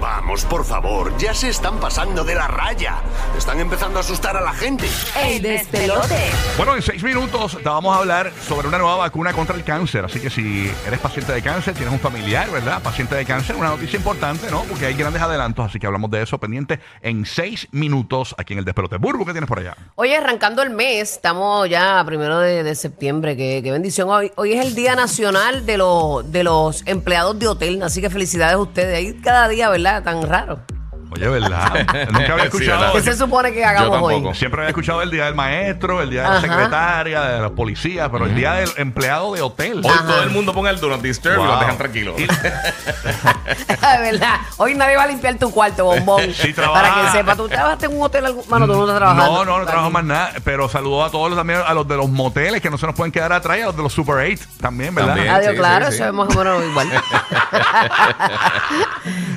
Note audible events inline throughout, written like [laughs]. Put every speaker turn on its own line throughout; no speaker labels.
Vamos, por favor, ya se están pasando de la raya. Están empezando a asustar a la gente.
El despelote.
Bueno, en seis minutos te vamos a hablar sobre una nueva vacuna contra el cáncer. Así que si eres paciente de cáncer, tienes un familiar, ¿verdad? Paciente de cáncer, una noticia importante, ¿no? Porque hay grandes adelantos, así que hablamos de eso pendiente en seis minutos aquí en el despelote. Burbu, ¿qué tienes por allá?
Oye, arrancando el mes, estamos ya a primero de, de septiembre, qué, qué bendición. Hoy, hoy es el Día Nacional de los, de los empleados de hotel, así que felicidades a ustedes. Ahí cada día, ¿verdad? Tan raro.
Oye, ¿verdad? Nunca había
¿Qué
escuchado.
se supone que hagamos hoy? [laughs]
Yo Siempre había escuchado el día del maestro, el día de la
Ajá.
secretaria, de los policías, pero el día del empleado de hotel.
Hoy todo el mundo ponga el Do Not Disturb y
Wow.
los
[laughs]
dejan tranquilos.
De verdad. Hoy nadie va a limpiar tu cuarto, bombón.
Sí, trabaja.
Para que sepa, tú trabajaste en un hotel, algún- mano, tú no estás trabajando.
No, no, no trabajo más nada. Pero saludo a todos los, también, a los de los moteles que no se nos pueden quedar atrás y a los de los Super 8 también, ¿verdad?
También.
Adiós,
Sí,
claro,
sí, sí.
eso es más o menos
[laughs]
igual.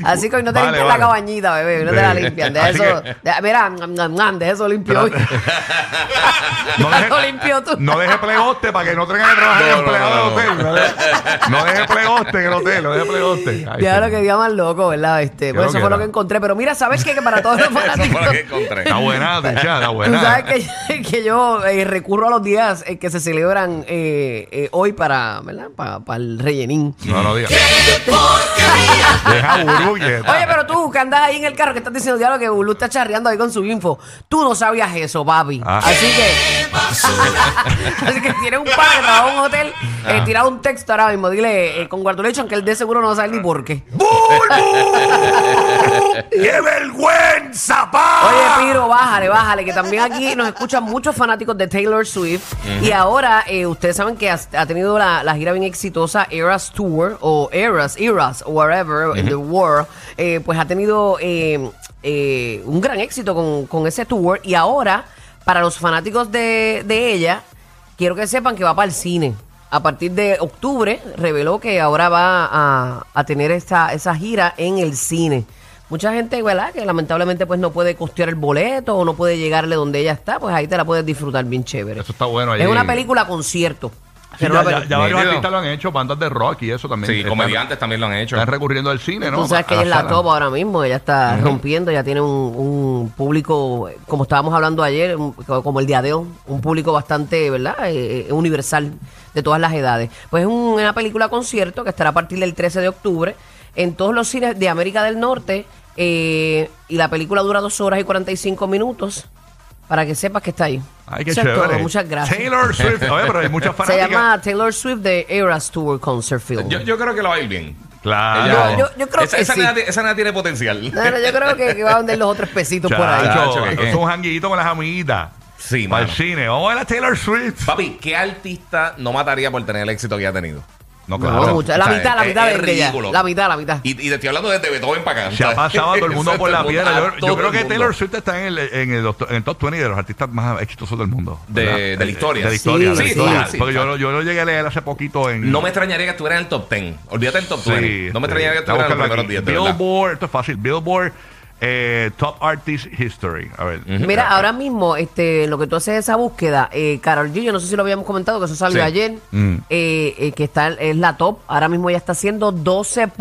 Así que hoy no te
Vale,
limpias
vale.
la cabañita, bebé, no te la
Sí.
limpian. De
Así
eso,
que-
de- mira, mm, ngam, ngam, ngam, de eso limpio hoy.
No deje,
Lo limpio tú.
no deje plegoste para que no tengan que trabajar
No,
el
no,
empleado
no, no.
de hotel. No deje, no deje plegoste en el hotel, no deje plegoste. Ay,
Ya lo
sí.
que día más loco, ¿verdad? Este,
Creo
pues eso
que
fue lo
era.
que encontré. Pero mira, ¿sabes qué? Que para
[laughs]
todos los
Eso fue
fanáticos.
lo que encontré.
Está buena, Ticha, está
Tú
buena.
sabes que, que yo eh, recurro a los días eh, que se celebran eh, eh, hoy para, ¿verdad? Para, el rellenín.
No, no digas. Deja burbuja.
Oye, pero tú que andas ahí en el carro que estás diciendo diablo que Bulu está charreando ahí con su info. Tú no sabías eso, papi.
Ah.
Así que. [laughs] Así que tienes un padre que trabaja en un hotel,
Ah.
eh, tira un texto ahora mismo. Dile, eh, congratulations, que él de seguro no va a
Ah.
saber ni por qué.
¡Qué vergüenza, pa!
Oye, Piro, bájale, bájale, que también aquí nos escuchan muchos fanáticos de Taylor Swift. Y ahora, eh, ustedes saben que ha, ha tenido la, la gira bien exitosa Eras Tour, o Eras, Eras, wherever in the world. Eh, pues ha tenido eh, eh, un gran éxito con, con ese tour. Y ahora, para los fanáticos de, de ella, quiero que sepan que va para el cine. A partir de octubre, reveló que ahora va a, a tener esta, esa gira en el cine. Mucha gente, ¿verdad? Que lamentablemente pues no puede costear el boleto o no puede llegarle donde ella está, pues ahí te la puedes disfrutar bien chévere.
Eso está bueno ahí.
Es una película concierto.
Sí,
pero
ya,
una
ya-
peli-
ya varios
Nítido.
artistas lo han hecho, bandas de rock y eso también.
Sí,
Están-
comediantes también lo han hecho.
Están recurriendo al cine, ¿no?
Tú sabes que
A
ella es la
sala.
top ahora mismo, ella está rompiendo, ya tiene un, un público, eh, como estábamos hablando ayer, un- co- como el diadeo, un público bastante, ¿verdad? Eh, eh, universal de todas las edades. Pues es un- una película concierto que estará a partir del 13 de octubre en todos los cines de América del Norte eh, y la película dura dos horas y 45 minutos para que sepas que está ahí.
Ay, qué
Eso es todo,
chévere.
muchas gracias.
Taylor Swift. Oye, pero hay muchas
Se
fanáticas.
llama Taylor Swift de Eras Tour Concert Film.
Yo, yo creo que lo va a ir bien.
Claro.
Yo- yo- yo creo
esa,
que
esa
sí.
nena ti- esa nena tiene potencial.
No, no, yo creo que, que va a vender los otros pesitos
[laughs]
por ahí.
Chacho,
Chacho, ¿qué, qué?
es un janguillito con las amiguitas.
Sí,
Para el
mano.
cine. Vamos a ver a Taylor Swift.
[laughs] Papi, ¿qué artista no mataría por tener el éxito que ha tenido?
No,
No,
claro.
mucha- la
O sea,
mitad, la
es-
mitad
es
de ella.
ridículo.
La mitad, la mitad.
Y, y te estoy hablando desde Beethoven para acá.
Se ha pasado a todo el
[laughs]
mundo
Eso,
por la
todo el mundo,
piedra.
a
Yo, yo
todo
creo
el
que
mundo.
Taylor Swift está en el, en, el, en el top 20 de los artistas más exitosos del mundo.
De-
¿verdad? Eh,
de la historia.
De la
Sí,
historia. de la
sí,
historia.
sí.
Porque yo, lo- yo lo llegué a leer hace poquito en.
No me extrañaría que estuviera en el top 10. Olvídate del top
Sí,
20. no me
sí.
extrañaría que
Está
estuviera en los
buscando
primeros
aquí.
10. de verdad.
Billboard, esto es fácil. Billboard eh, Top Artist History. A ver.
Mira, ahora mismo, este, lo que tú haces es esa búsqueda, eh, Carol G, yo no sé si lo habíamos comentado, que eso salió
Sí. Mm.
ayer, eh, eh, que está es la top. Ahora mismo ya está haciendo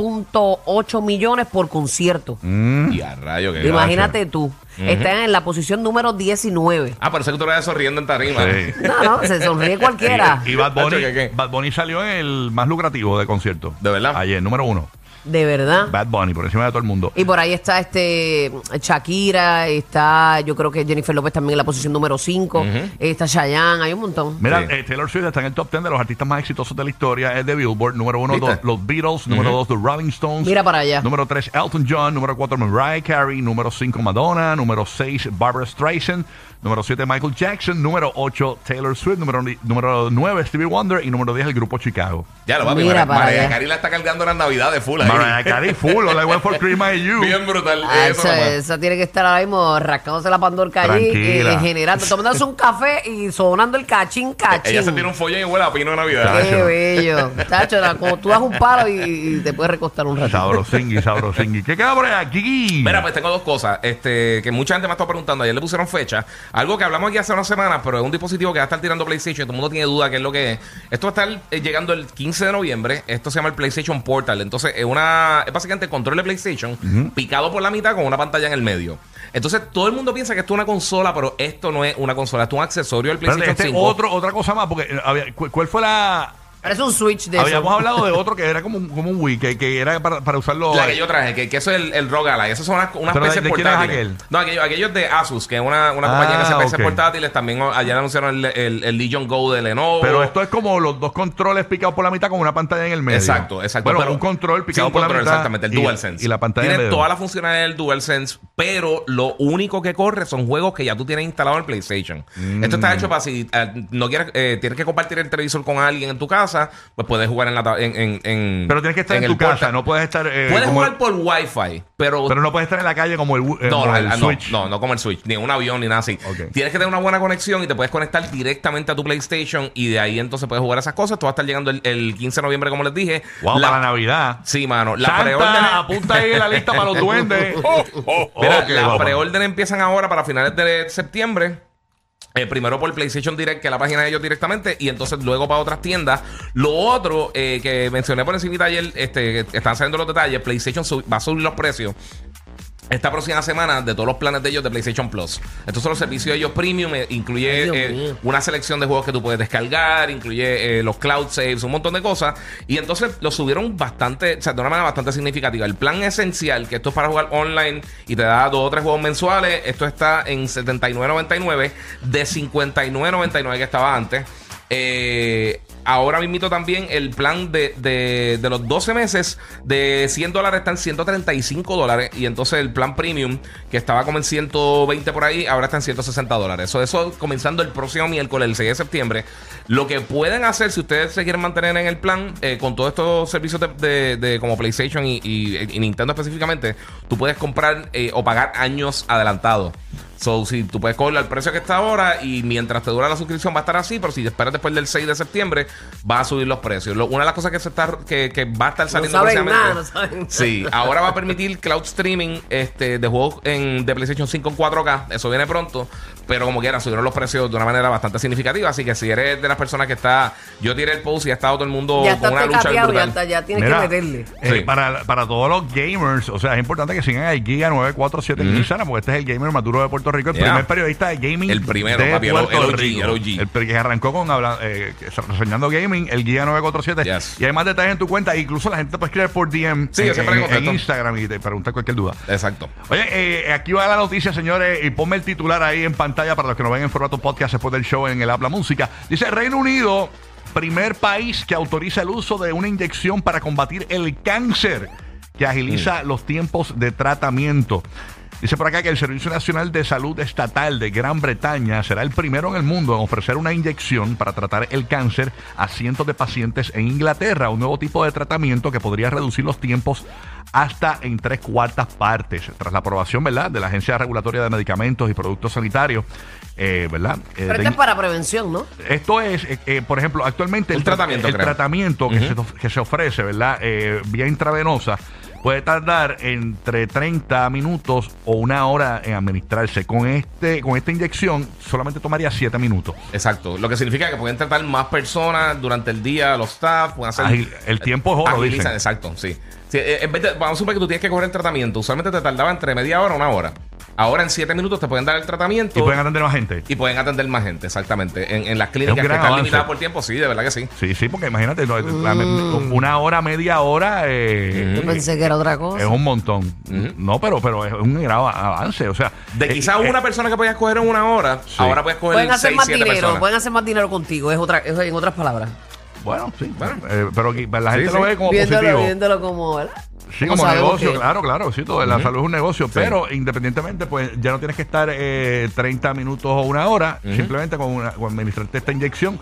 12.8 millones por concierto.
Y a rayo que
Imagínate tú. Está en la posición número 19.
Ah, parece que tú lo veas sonriendo en tarima.
Sí.
No, no, se sonríe
[laughs]
cualquiera.
Y, y Bad, Bunny,
Nacho, ¿qué, qué?
Bad Bunny salió en el más lucrativo de concierto.
¿De verdad?
Ayer, número uno.
De verdad.
Bad Bunny, por encima de todo el mundo.
Y por ahí está este Shakira, está yo creo que Jennifer López también en la posición número 5, está Chayanne, hay un montón.
Mira,
Sí.
eh, Taylor Swift está en el top 10 de los artistas más exitosos de la historia. Es de Billboard. Número uno,
¿Viste?
los, los Beatles. Número dos, The Rolling Stones.
Mira para allá.
Número tres, Elton John. Número cuatro, Mariah Carey. Número cinco, Madonna. Número seis, Barbara Streisand. Número siete, Michael Jackson. Número ocho, Taylor Swift. Número, ni- número nueve, Stevie Wonder. Y número diez, el grupo Chicago.
Ya lo va a
Mira para allá.
María Cari la está cargando las navidades full ahí.
Mariah Carey, full. All I want for Christmas is you.
Bien brutal.
Ah,
eso
esa,
nomás.
esa tiene que estar ahora mismo rascándose la pandorca allí,
Tranquila.
eh, generando, tomándose un café y sonando el cachín, cachín.
Ella se tiene un follón y huele a pino de
Claro.
navidad.
Qué
Tacho.
bello. Tacho, era como tú das un palo y, y te puedes recostar un rato.
Sabrosingui, sabrosingui. ¿Qué queda por aquí?
Mira, pues tengo dos cosas este, que mucha gente me ha estado preguntando. Ayer le pusieron fecha. Algo que hablamos aquí hace unas semanas, pero es un dispositivo que va a estar tirando PlayStation. Todo el mundo tiene duda qué es lo que es. Esto va a estar eh, llegando el 15 de noviembre. Esto se llama el PlayStation Portal. Entonces, es una una. Es básicamente el control de PlayStation picado por la mitad con una pantalla en el medio. Entonces todo el mundo piensa que esto es una consola, pero esto no es una consola, esto es un accesorio del
Espérate,
PlayStation
este
5.
otro, otra cosa más, porque eh, había- cu- ¿cuál fue la...?
Parece un switch de
Habíamos
eso.
Ah, hablado de otro que era como, un- como un Wii, que, que era para, para usarlo...
La que yo traje, que, que eso es el, el Rogalike. Eso son unas, unas
Pero,
PCs
¿de quién es
portátiles.
aquel?
No, aquello, aquello es de Asus, que es una, una
Ah,
compañía que hace PCs
ok.
portátiles. También o- ayer anunciaron el, el, el Legion Go de Lenovo.
Pero esto es como los dos controles picados por la mitad con una pantalla en el medio.
Exacto, exacto.
Bueno,
pero
un control picado
sin
por
control,
la mitad.
Exactamente, el
y-
DualSense.
Y la pantalla en
Tiene
medio.
todas las funciones del DualSense, pero lo único que corre son juegos que ya tú tienes instalado en PlayStation.
Mm.
Esto está hecho para si eh, no quieres, eh, tienes que compartir el televisor con alguien en tu casa, pues puedes jugar en la ta- en, en- en-
Pero tienes que estar en,
el
tu casa,
porta-
no puedes estar... eh,
Puedes
como-
jugar por Wi-Fi, pero,
Pero no puedes estar en la calle como el, Wi- eh,
no,
como
no,
el
ah, no,
Switch.
no, no como el Switch, ni un avión ni nada así.
Ok.
Tienes que tener una buena conexión y te puedes conectar directamente a tu PlayStation y de ahí entonces puedes jugar esas cosas. Tú vas a estar llegando el, el 15 de noviembre, como les dije.
Wow,
La-
para la Navidad.
Sí, mano. La
Santa,
preorden. [laughs]
apunta ahí la lista para los duendes. Oh, oh, oh,
Mira,
ok,
las
vamos.
preorden empiezan ahora para finales de septiembre. Eh, primero por PlayStation Direct, que es la página de ellos directamente, y entonces luego para otras tiendas. Lo otro eh, que mencioné por encima ayer, este, que están saliendo los detalles, PlayStation sub- va a subir los precios esta próxima semana de todos los planes de ellos de PlayStation Plus. Estos son los servicios de ellos premium, eh, incluye
Ay, Dios
eh,
mío.
una selección de juegos que tú puedes descargar, incluye eh, los cloud saves, un montón de cosas. Y entonces lo subieron bastante, o sea, de una manera bastante significativa. El plan esencial, que esto es para jugar online y te da dos o tres juegos mensuales, esto está en 79.99 de 59.99 que estaba antes. Eh, ahora mismito también el plan de, de- de los 12 meses de 100 dólares está en 135 dólares y entonces el plan premium que estaba como en 120 por ahí ahora está en 160 dólares. Eso, eso comenzando el próximo miércoles, el 6 de septiembre. Lo que pueden hacer si ustedes se quieren mantener en el plan eh, con todos estos servicios de, de- de como PlayStation y, y- y Nintendo específicamente, tú puedes comprar eh, o pagar años adelantados. So, si tú puedes cogerlo al precio que está ahora y mientras te dura la suscripción va a estar así, pero si te esperas después del 6 de septiembre, va a subir los precios. Lo- una de las cosas que se está que, que va a estar saliendo
saben
próximamente-
nada, no saben nada.
[laughs] Sí, ahora va a permitir cloud streaming este, de juegos en, de PlayStation 5 en 4K. Eso viene pronto. Pero como quiera, subieron los precios de una manera bastante significativa. Así que si eres de las personas que está. Yo tiré el post y ha estado todo el mundo
Ya está
con una lucha
tecateado, ya,
brutal.
está, ya tienes
Mira,
que meterle.
eh,
Sí.
para, para todos los gamers, o sea, es importante que sigan a Giga 947 en Instagram, porque este es el gamer más duro de Puerto Rico, el
Yeah.
primer periodista de gaming
El primero,
de
papi, el-
Puerto
el OG,
Rico.
el OG.
El pri- que arrancó con habla- eh, reseñando gaming, el Giga 947.
Yes.
Y hay más detalles en tu cuenta, incluso la gente te puede escribir por DM
Sí, yo
en,
siempre le
en- en
contesto.
Instagram y te pregunta cualquier duda.
Exacto.
Oye, eh, aquí va la noticia, señores, y ponme el titular ahí en pantalla para los que nos ven en formato podcast después del show en el Habla Música. Dice, Reino Unido, primer país que autoriza el uso de una inyección para combatir el cáncer, que agiliza los tiempos de tratamiento. Dice por acá que el Servicio Nacional de Salud Estatal de Gran Bretaña será el primero en el mundo en ofrecer una inyección para tratar el cáncer a cientos de pacientes en Inglaterra, un nuevo tipo de tratamiento que podría reducir los tiempos hasta en tres cuartas partes, tras la aprobación, ¿verdad?, de la Agencia Regulatoria de Medicamentos y Productos Sanitarios, eh, ¿verdad? Eh,
Pero este
de-
esto es para prevención, ¿no?
esto es, eh, eh, por ejemplo, actualmente
Un
el, tra-
tratamiento,
el
creo.
tratamiento que, se, of- que se ofrece, ¿verdad? Eh, vía intravenosa puede tardar entre 30 minutos o una hora en administrarse. Con este con esta inyección solamente tomaría 7 minutos.
Exacto. Lo que significa que pueden tratar más personas durante el día, los staff, pueden hacer.
Agil- el tiempo es oro,
Agilizan,
Ah, dicen.
exacto, sí. Sí, eh, en vez de- vamos a suponer que tú tienes que coger el tratamiento. Usualmente te tardaba entre media hora a una hora. Ahora en siete minutos te pueden dar el tratamiento.
Y pueden atender más gente.
Y pueden atender más gente, exactamente. En, en las clínicas
Es un
que
gran
están
avance.
limitadas por tiempo, sí, de verdad que sí.
Sí, sí, porque imagínate, no, la-
Mm.
una hora, media hora eh,
Yo pensé que era otra cosa.
es un montón. No, pero pero es un gran avance. O sea,
De
eh,
quizás
eh,
una persona que podías coger en una hora, ahora puedes coger
Pueden hacer
seis,
más
siete
dinero,
personas.
pueden hacer más dinero contigo, es otra, es en otras palabras.
Bueno, sí.
Bueno.
eh, pero aquí- la
Sí,
gente
sí.
lo ve como
viéndolo,
positivo.
viéndolo como, ¿verdad?
Sí,
Como
como
sabemos
negocio,
que-
claro, claro, sí, todo, la salud es un negocio, pero independientemente, pues ya no tienes que estar eh, 30 minutos o una hora, simplemente con, una, con administrarte esta inyección,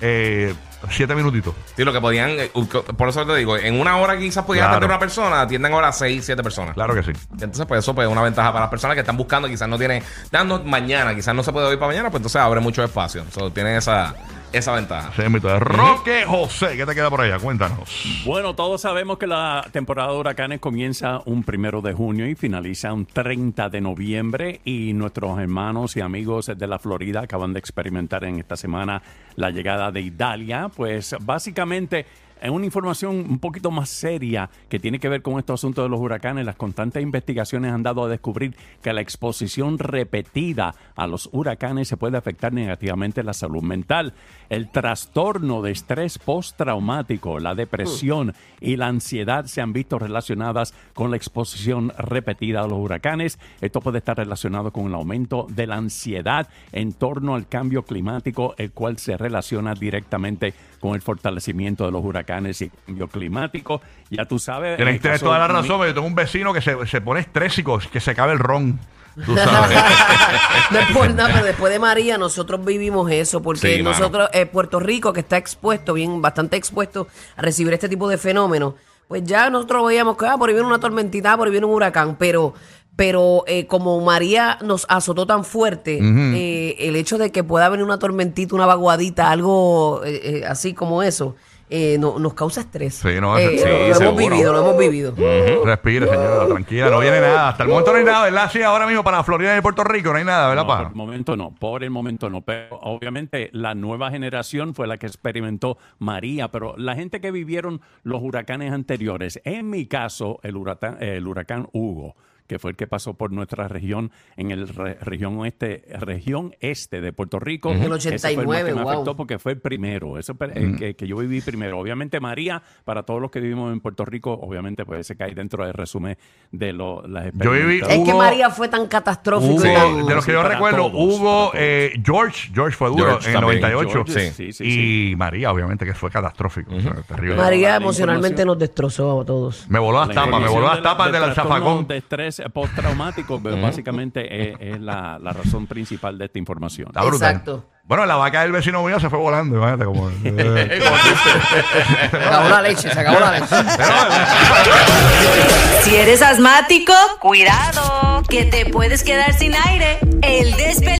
eh, siete minutitos.
Sí, lo que podían, eh, u- co- por eso te digo, en una hora quizás podías
Claro.
atender a una persona, atienden ahora a seis, siete personas.
Claro que sí.
Entonces, pues eso pues, es una ventaja para las personas que están buscando, quizás no tienen, dando mañana, quizás no se puede hoy para mañana, pues entonces abre mucho espacio. Entonces tienen esa, esa ventaja.
Ese es mi todo. Roque José, ¿qué te queda por allá? Cuéntanos.
Bueno, todos sabemos que la temporada de huracanes comienza un primero de junio y finaliza un 30 de noviembre y nuestros hermanos y amigos de la Florida acaban de experimentar en esta semana la llegada de Italia. Pues básicamente es una información un poquito más seria que tiene que ver con estos asuntos de los huracanes. Las constantes investigaciones han dado a descubrir que la exposición repetida a los huracanes se puede afectar negativamente la salud mental. El trastorno de estrés postraumático, la
Mm.
depresión y la ansiedad se han visto relacionadas con la exposición repetida a los huracanes. Esto puede estar relacionado con el aumento de la ansiedad en torno al cambio climático, el cual se relaciona directamente con el fortalecimiento de los huracanes y el cambio climático. Ya tú sabes. en
Tienes
el
tienes
caso
toda la
de-
razón, pero yo tengo un vecino que se, se pone estrésico, que se cabe el ron.
[laughs]
Tú sabes.
No es por nada, pero después de María nosotros vivimos eso, porque
Sí, mano.
nosotros, eh, Puerto Rico, que está expuesto, bien, bastante expuesto a recibir este tipo de fenómenos, pues ya nosotros veíamos que ah, por ahí viene una tormentita, por ahí viene un huracán, pero, pero eh, como María nos azotó tan fuerte, eh, el hecho de que pueda venir una tormentita, una vaguadita, algo eh, eh, así como eso, eh, no- nos causa estrés.
Sí, no,
Eh,
sí, Mm.
lo hemos
seguro.
vivido, lo hemos vivido.
Respira, señora, tranquila, no viene nada. Hasta el momento no hay nada, ¿verdad? Sí, ahora mismo para Florida y Puerto Rico no hay nada, ¿verdad,
No,
pa?
por el momento no, por el momento no. Pero obviamente la nueva generación fue la que experimentó María, pero la gente que vivieron los huracanes anteriores, en mi caso, el huracán, el huracán Hugo que fue el que pasó por nuestra región en el re- región oeste región este de Puerto Rico
En el
Ese fue más
89,
que me
wow.
afectó porque fue el primero eso fue el que, que yo viví primero obviamente María para todos los que vivimos en Puerto Rico obviamente pues ese cae dentro del resumen de lo, las
Yo viví-
experimentadas.
Es que
Hugo-
María fue tan catastrófico.
Hugo,
y tan-
de los que yo
para
recuerdo,
todos,
Hugo,
para todos.
eh, George, George fue duro
George
en el
también,
98.
George, sí.
Sí, sí,
y María, obviamente, que fue catastrófico. o sea, terrible.
María
La
emocionalmente
información.
nos destrozó a
[laughs]
todos.
Me voló las tapas, me voló las tapas del alzafacón.
De estrés postraumático, pero básicamente es, es la, la razón principal de esta información.
Está brutal.
Exacto.
Bueno, la vaca del vecino mío se fue volando, imagínate como.
[laughs]
eh,
Se acabó la leche, se acabó la leche.
Si eres asmático, cuidado, que te puedes quedar sin aire. El despelote.